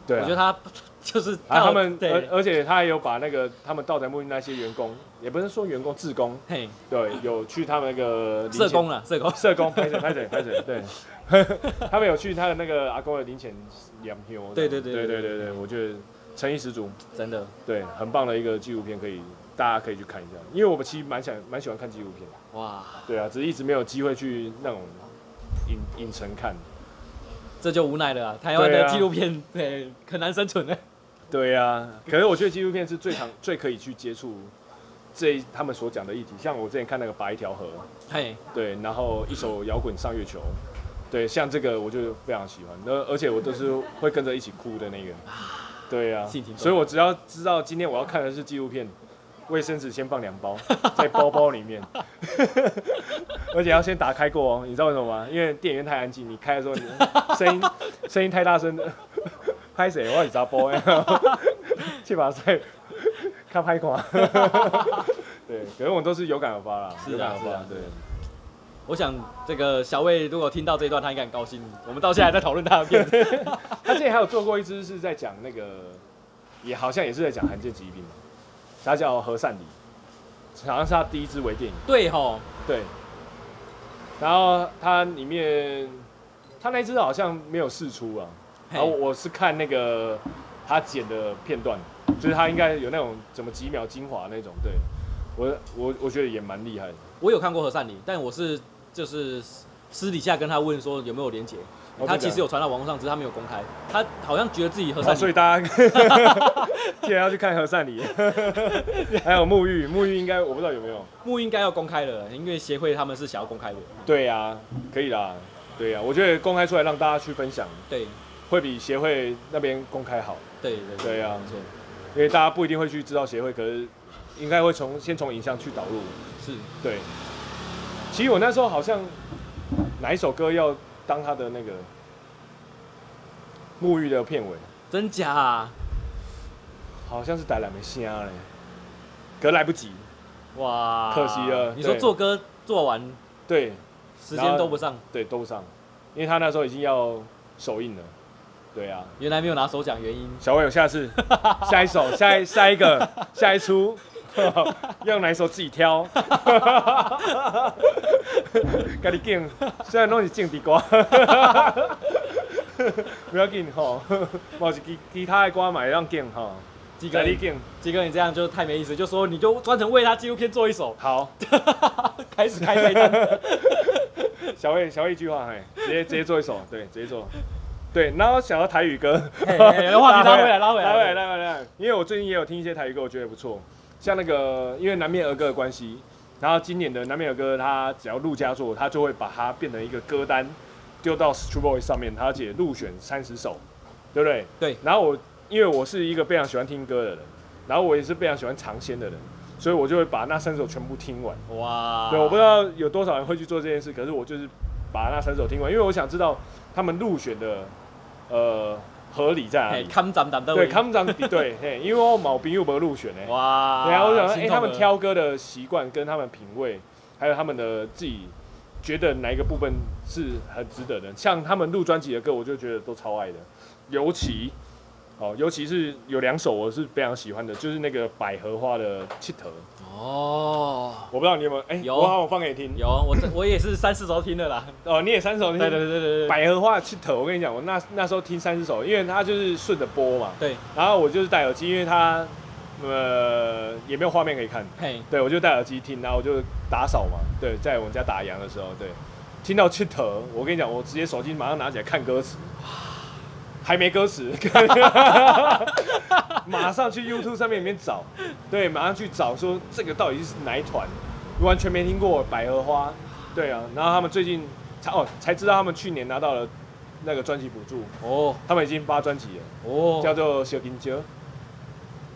S2: 对、啊，
S3: 我觉得他 就是
S2: 啊，
S3: 到
S2: 他们
S3: 对
S2: 而，而且他也有把那个他们道宅木那些员工，也不是说员工，志工，
S3: 嘿，
S2: 对，有去他们那个林
S3: 社
S2: 前
S3: 工啊了，社工，
S2: 社工拍手拍手拍手， 对，他们有去他的那个阿公的零钱两票，
S3: 对对对
S2: 对
S3: 对
S2: 对对对，我觉得诚意十足，
S3: 真的
S2: 对，很棒的一个纪录片，可以大家可以去看一下，因为我们其实蛮想蛮喜欢看纪录片，
S3: 哇，
S2: 对啊，只是一直没有机会去那种影影城看，
S3: 这就无奈了啊！台湾
S2: 对
S3: 的
S2: 啊
S3: 纪录片对很难生存的，
S2: 对啊，可是我觉得纪录片是最常最可以去接触这他们所讲的议题，像我之前看那个《白一条河》，
S3: 嘿，
S2: 对，然后一首摇滚上月球，对，像这个我就非常喜欢，那而且我都是会跟着一起哭的那个，对啊
S3: 性情，中
S2: 所以我只要知道今天我要看的是纪录片，卫生纸先放两包在包包里面，而且要先打开过哦，你知道为什么吗？因为电源太安静，你开的时候你声音 声音太大声了，拍谁？我要你砸包哎，去把塞，看拍垮， 对，可能我都是有感而发啦，
S3: 是啊
S2: 有感而
S3: 是
S2: 发
S3: 啊，
S2: 对。
S3: 我想这个小魏如果听到这一段，他应该很高兴。我们到现在还在讨论他的 片子，
S2: 他之前还有做过一支是在讲那个，也好像也是在讲罕见疾病嘛，他叫何善礼，好像是他第一支微电影，
S3: 对吼，
S2: 对。然后他里面，他那支好像没有试出啊，然后
S3: 嘿，
S2: 我是看那个他剪的片段，就是他应该有那种怎么几秒精华那种，对我我我觉得也蛮厉害的。
S3: 我有看过何善林，但我是就是私底下跟他问说有没有连结，
S2: 哦
S3: 他
S2: 真的
S3: 其实有传到网络上，只是他没有公开。他好像觉得自己和
S2: 哦
S3: 善
S2: 所以
S3: 理，
S2: 大家 记得要去看和善礼， 还有沐浴，沐浴应该我不知道有没有。
S3: 木应该要公开了，因为协会他们是想要公开的。
S2: 对呀、可以啦，对啊呀、我觉得公开出来让大家去分享，
S3: 对
S2: 会比协会那边公开好，
S3: 对对
S2: 对啊
S3: 没错，
S2: 因为大家不一定会去知道协会，可是应该会从先从影像去导入。
S3: 是
S2: 对，其实我那时候好像哪一首歌要当他的那个沐浴的片尾，
S3: 真假啊？
S2: 好像是带来没虾嘞，可来不及。
S3: 哇，
S2: 可惜了
S3: 你说
S2: 对
S3: 做歌做完
S2: 对
S3: 时间都不上，
S2: 对，都不上，因为他那时候已经要首映了。对啊，
S3: 原来没有拿首奖原因。
S2: 小魏，有下 次下一首，下一下一个，下一出， 要哪一首自己挑。 跟你敬，虽然拢是敬地歌， 不要紧吼，冇是其其他的歌嘛会当敬吼，
S3: 鸡哥
S2: 跟，你敬
S3: 鸡哥，你这样就太没意思，就说你就专程为他纪录片做一首，
S2: 好。
S3: 开始开开单。
S2: 小魏，小魏一句话，嘿，直接直接做一首，对，直接做。对，然后想到台语歌，
S3: 嘿嘿话题拉回来拉回
S2: 拉
S3: 来
S2: 回来，拉回来。因为我最近也有听一些台语歌，我觉得不错。像那个，因为南面儿歌的关系，然后今年的南面儿歌，它只要陆家做，它就会把它变成一个歌单，丢到 s t r u Boy 上面，它且入选三十首，对不对？
S3: 对。
S2: 然后我，因为我是一个非常喜欢听歌的人，然后我也是非常喜欢尝鲜的人，所以我就会把那三首全部听完。
S3: 哇，
S2: 对，我不知道有多少人会去做这件事，可是我就是把那三首听完，因为我想知道他们入选的呃合理在哪
S3: 嘿，
S2: 里。
S3: 看咱们的
S2: 对，他们长对，嘿，因为我毛兵又没有入选呢。
S3: 哇，
S2: 对啊，我想说，哎、
S3: 心痛
S2: 他们
S3: 了
S2: 挑歌的习惯跟他们品味，还有他们的自己觉得哪一个部分是很值得的。像他们录专辑的歌，我就觉得都超爱的，尤其哦，尤其是有两首我是非常喜欢的，就是那个百合花的《气头》，
S3: 哦，
S2: 我不知道你有没有，哎、
S3: 有
S2: 我好，我放给你听。
S3: 有我这我也是三四周听 的啦，
S2: 哦，你也三首听，
S3: 对对对对对
S2: 百合花的气头，我跟你讲，我那那时候听三十首，因为它就是顺着播嘛，
S3: 对，
S2: 然后我就是戴耳机，因为它呃也没有画面可以看，
S3: 嘿，
S2: 对我就戴耳机听，然后我就打扫嘛，对，在我们家打烊的时候，对，听到气头，我跟你讲，我直接手机马上拿起来看歌词，还没歌词， 看马上去 YouTube 上面里面找，对，马上去找说这个到底是哪一团，完全没听过百合花，对啊，然后他们最近才哦才知道他们去年拿到了那个专辑补助，
S3: 哦
S2: 他们已经发专辑了，叫
S3: 哦
S2: 做《小金蕉》。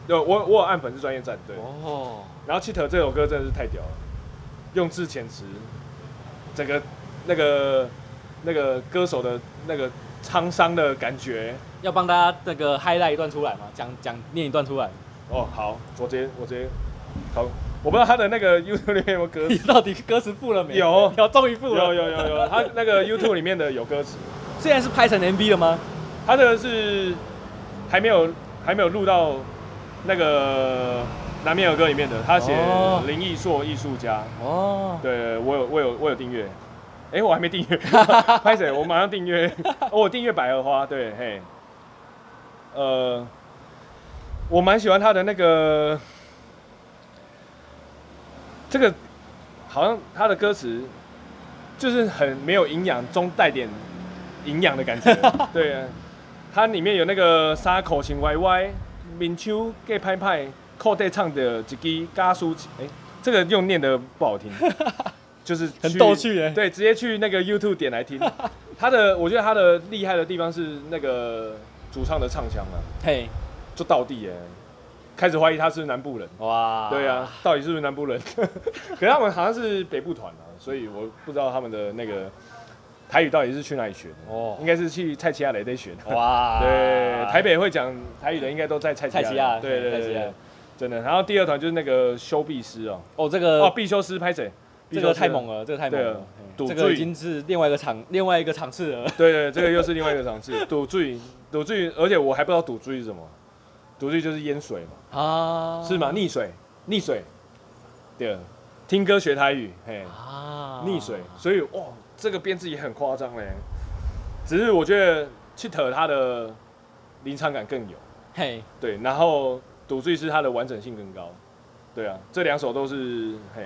S2: 对，我我有按粉丝专业站，对。
S3: 哦，
S2: 然后《气头》这首歌真的是太屌了，用字遣词，整个那个那个歌手的那个沧桑的感觉。
S3: 要帮大家那个 highlight 一段出来嘛，讲讲念一段出来，
S2: 哦，好，我直接我直接好，我不知道他的那个 YouTube 里面有没有歌
S3: 你
S2: 词，
S3: 到底歌词付了没？
S2: 有
S3: 有终于付
S2: 有
S3: 了，
S2: 有有有，他那个 YouTube 里面的有歌词，
S3: 现在是拍成 MV 了吗？
S2: 他这个是还没有还没有录到那个《南面有歌》里面的，他写
S3: 哦
S2: 林艺硕艺术家。
S3: 哦，
S2: 对，我有我有我有订阅，哎、我还没订阅，拍谁？我马上订阅，哦我订阅百合花，对，嘿，呃，我蛮喜欢他的那个，这个好像他的歌词就是很没有营养，中带点营养的感 觉，对，啊它里面有那个沙口型歪歪，面手给拍拍，口袋唱的一支嘎苏，哎、这个用念的不 好听，就是去
S3: 很逗趣耶
S2: 对，直接去那个 YouTube 点来听。他的，我觉得他的厉害的地方是那个主唱的唱腔啊，
S3: 嘿，
S2: 就到地耶、开始怀疑他是不是南部人。
S3: 哇，
S2: 对啊，，到底是不是南部人？ 可是他们好像是北部团啊，所以我不知道他们的那个台语到底是去哪里学的。
S3: 哦
S2: 应该是去蔡奇亚雷队学的。
S3: 哇，
S2: 对，台北会讲台语的应该都在蔡
S3: 蔡
S2: 奇
S3: 奇
S2: 亚。
S3: 亚
S2: 对对
S3: 蔡
S2: 对
S3: 奇
S2: 对
S3: 亚
S2: 对，真的。然后第二团就是那个修必师哦，
S3: 哦，这
S2: 哦，
S3: 个
S2: 必修师拍谁？
S3: 这个太猛
S2: 了。
S3: 了，这个太猛
S2: 对啊
S3: 了，
S2: 赌
S3: 嘿这个
S2: 注
S3: 已经是另外一个场另外一个场次了。
S2: 对对，这个又是另外一个场次。 赌醉，赌醉，而且我还不知道赌醉是什么。赌醉就是淹水嘛，
S3: 啊，
S2: 是吗？溺水，溺水。对，听歌学台语，嘿。
S3: 啊，
S2: 溺水，所以哇，这个编制也很夸张嘞。只是我觉得 Cheat 它的临场感更有，
S3: 嘿，
S2: 对，然后赌醉是它的完整性更高，对啊，这两首都是嘿、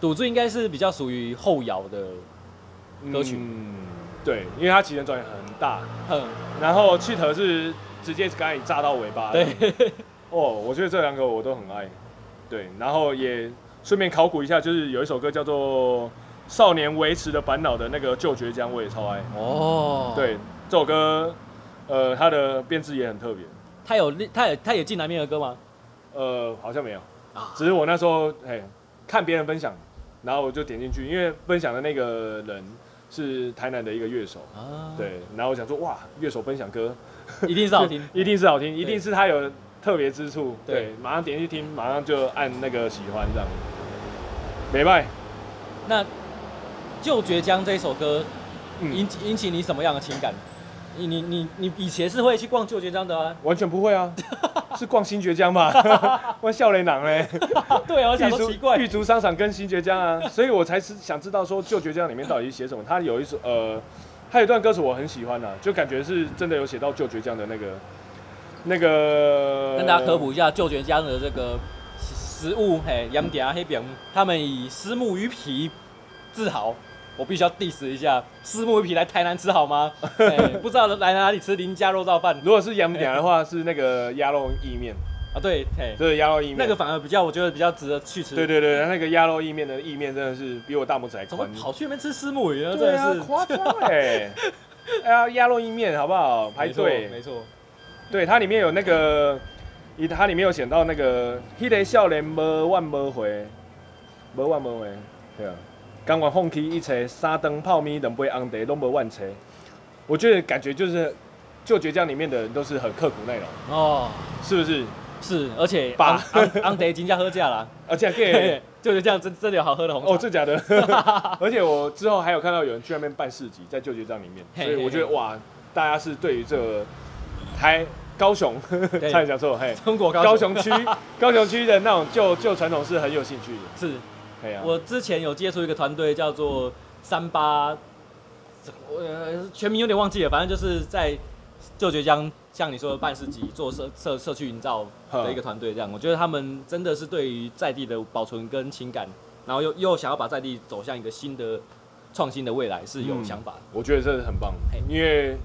S3: 赌注应该是比较属于后摇的，歌曲
S2: 嗯对，因为它其实专辑很大，
S3: 嗯，
S2: 然后去头是直接把你炸到尾巴。
S3: 对，
S2: 哦，我觉得这两个我都很爱。对，然后也顺便考古一下，就是有一首歌叫做《少年维持的烦恼》的那个《旧爵江》，我也超爱。
S3: 哦，，
S2: 对，这首歌，呃，它的编制也很特别。
S3: 他有另他也他也进南面的歌吗？
S2: 呃，好像没有
S3: 啊，
S2: 只是我那时候哎看别人分享，然后我就点进去，因为分享的那个人是台南的一个乐手，
S3: 啊，，
S2: 对，然后我想说哇，乐手分享歌。
S3: 一定是好听
S2: 一定是好听，一定是他有特别之处，对，
S3: 对
S2: 马上点进去听，马上就按那个喜欢这样，没败，
S3: 那《旧绝江》这一首歌
S2: 嗯，
S3: 引起引起你什么样的情感？你你你你以前是会去逛旧绝江的啊？
S2: 完全不会啊，是逛新爵江吧？ 我笑脸郎嘞，
S3: 对啊，我想
S2: 玉
S3: 说
S2: 竹
S3: 奇怪
S2: 玉，竹商场跟新爵江啊， 所以我才是想知道说旧爵江里面到底是写什么。他有一首呃，他有一段歌词我很喜欢啊，就感觉是真的有写到旧爵江的那个那个。
S3: 跟大家科。普一下旧绝江的这个食物，嘿，羊嗲黑饼，他们以虱目鱼皮自豪。我必须要 diss 一下，虱目鱼皮来台南吃 好吗？嘿不知道来哪里吃林家肉燥饭
S2: 如果是杨点的话，是那个鸭肉意面，
S3: 啊？对，嘿，
S2: 就是鸭肉意面。
S3: 那个反而比较，我觉得比较值得去吃。
S2: 对对对，那个鸭肉意面的意面真的是比我大拇指还
S3: 怎么
S2: 宽。
S3: 跑去那边吃虱目鱼呢？真
S2: 对
S3: 的
S2: 啊，
S3: 是
S2: 夸张哎！哎呀，鸭肉意面好不好？排
S3: 没错
S2: 队。
S3: 没错。
S2: 对，它里面有那个，以它里面有写到那个“迄个少年无万无回，无万无回”，对啊，甘愿放弃一切，三顿泡面两杯红茶拢无万切。我觉得感觉就是《旧倔强》里面的人都是很刻苦耐劳，
S3: 哦，
S2: 是不是？
S3: 是，而且
S2: 把
S3: 昂昂昂得金价喝价啦，
S2: 而且
S3: 对
S2: 给，
S3: 就是这样，真真的有好喝的红茶。
S2: 哦，真假的？ 而且我之后还有看到有人去那边办市集，在《旧倔强》里面，所
S3: 嘿
S2: 以我觉得
S3: 嘿嘿
S2: 哇，大家是对于这个台高雄， 差
S3: 对
S2: 点讲错，嘿。
S3: 中国
S2: 高
S3: 高
S2: 雄区，高雄区的那种旧旧传统是很有兴趣的。
S3: 是
S2: 哎呀、
S3: 我之前有接触一个团队叫做三八，呃，全名有点忘记了，反正就是在旧爵江，像你说的办事集做社社社区营造的一个团队，这样，我觉得他们真的是对于在地的保存跟情感，然后又又想要把在地走向一个新的创新的未来是有
S2: 嗯
S3: 想法的。
S2: 我觉得这是很棒
S3: 嘿，
S2: 因为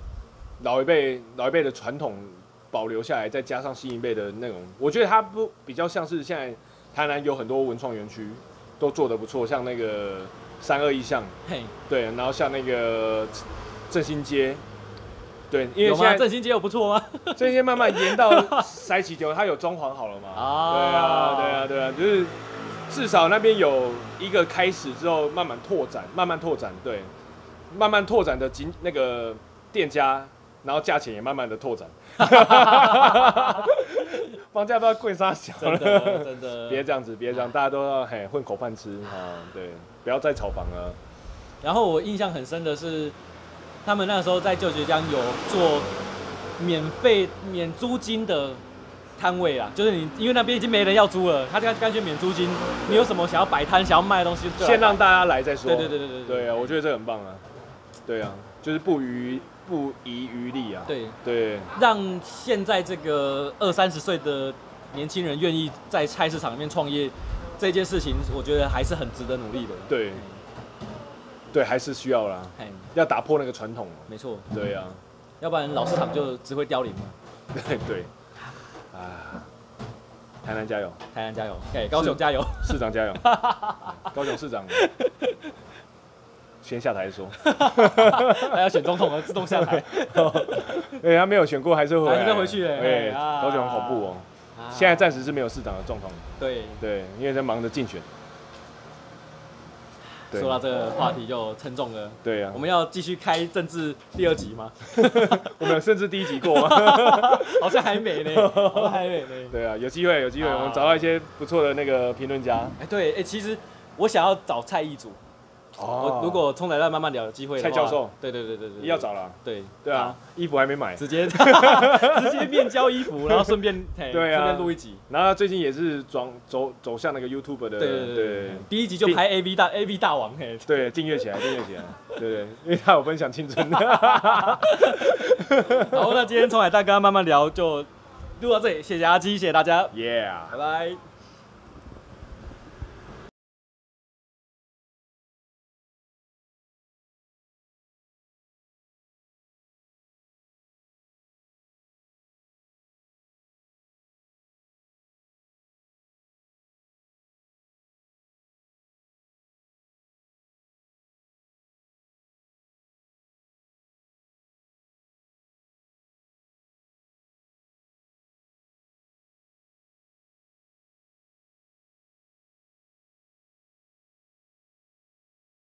S2: 老一辈老一辈的传统保留下来，再加上新一辈的那种，我觉得它不比较像是现在台南有很多文创园区都做得不错，像那个三二一巷，
S3: 嘿，
S2: 对，然后像那个振兴街。对，因为
S3: 有吗？
S2: 现在
S3: 振兴街有不错吗？
S2: 振兴街慢慢延到塞奇酒，它有装潢好了嘛？
S3: 啊
S2: 对啊，对啊，对啊，就是至少那边有一个开始之后，慢慢拓展，慢慢拓展，对，慢慢拓展的景那个店家，然后价钱也慢慢的拓展， 房价不知道贵啥小
S3: 真
S2: 了。
S3: 的啊真 的。
S2: 别这样子，别这样，大家都要嘿混口饭吃啊！对，不要再炒房了。
S3: 然后我印象很深的是，他们那时候在旧学江有做免费免租金的摊位啊，就是你因为那边已经没人要租了，他就干脆免租金，你有什么想要摆摊、想要卖的东西就来摆，
S2: 先让大家来再说。
S3: 啊对对对对对
S2: 对啊，我觉得这很棒啊。对啊，就是不遗不遗余力啊。
S3: 对，
S2: 对
S3: 让现在这个二三十岁的年轻人愿意在菜市场里面创业这件事情，我觉得还是很值得努力的。
S2: 对对，还是需要啦，
S3: 哎，
S2: 要打破那个传统哦。
S3: 没错，
S2: 对啊，
S3: 要不然老市场就只会凋零了。
S2: 对对，啊，台南加油，
S3: 台南加油，哎，高雄加油。
S2: 市长 加油，高雄市长先下台说，
S3: 还要选总统而自动下台。
S2: 哎，他没有选过还是会回来，
S3: 还是回去
S2: 哎，
S3: 哎啊
S2: 高雄好恐怖哦。现在暂时是没有市长的状况，
S3: 对，
S2: 对，因为在忙着竞选。对
S3: 说到这个话题就沉重了。
S2: 对啊，
S3: 我们要继续开政治第二集 吗？
S2: 我们有甚至第一集过 吗？
S3: 好像还没呢，好像还没呢。
S2: 对啊，有机会，有机会，
S3: 啊
S2: 我们找到一些不错的那个评论家。
S3: 哎，对，哎，其实我想要找蔡义祖，我如果冲来再慢慢聊有机会的话，
S2: 哦蔡教授
S3: 对，对对对对对，
S2: 要找了，
S3: 对
S2: 对啊，，衣服还没买
S3: 好。直接直接面交衣服，然后顺便嘿
S2: 对啊
S3: 顺便录一集。
S2: 然后他最近也是转走走向那个 YouTube 的，
S3: 对对对对
S2: 对
S3: 对，第一集就拍 A V 大 A V 大王嘿，
S2: 对订阅起来，订阅起来，对对，因为他有分享青春 的，
S3: 好，那今天冲海大哥慢慢聊就录到这里，谢谢阿基，谢谢大家，
S2: yeah。
S3: 拜拜。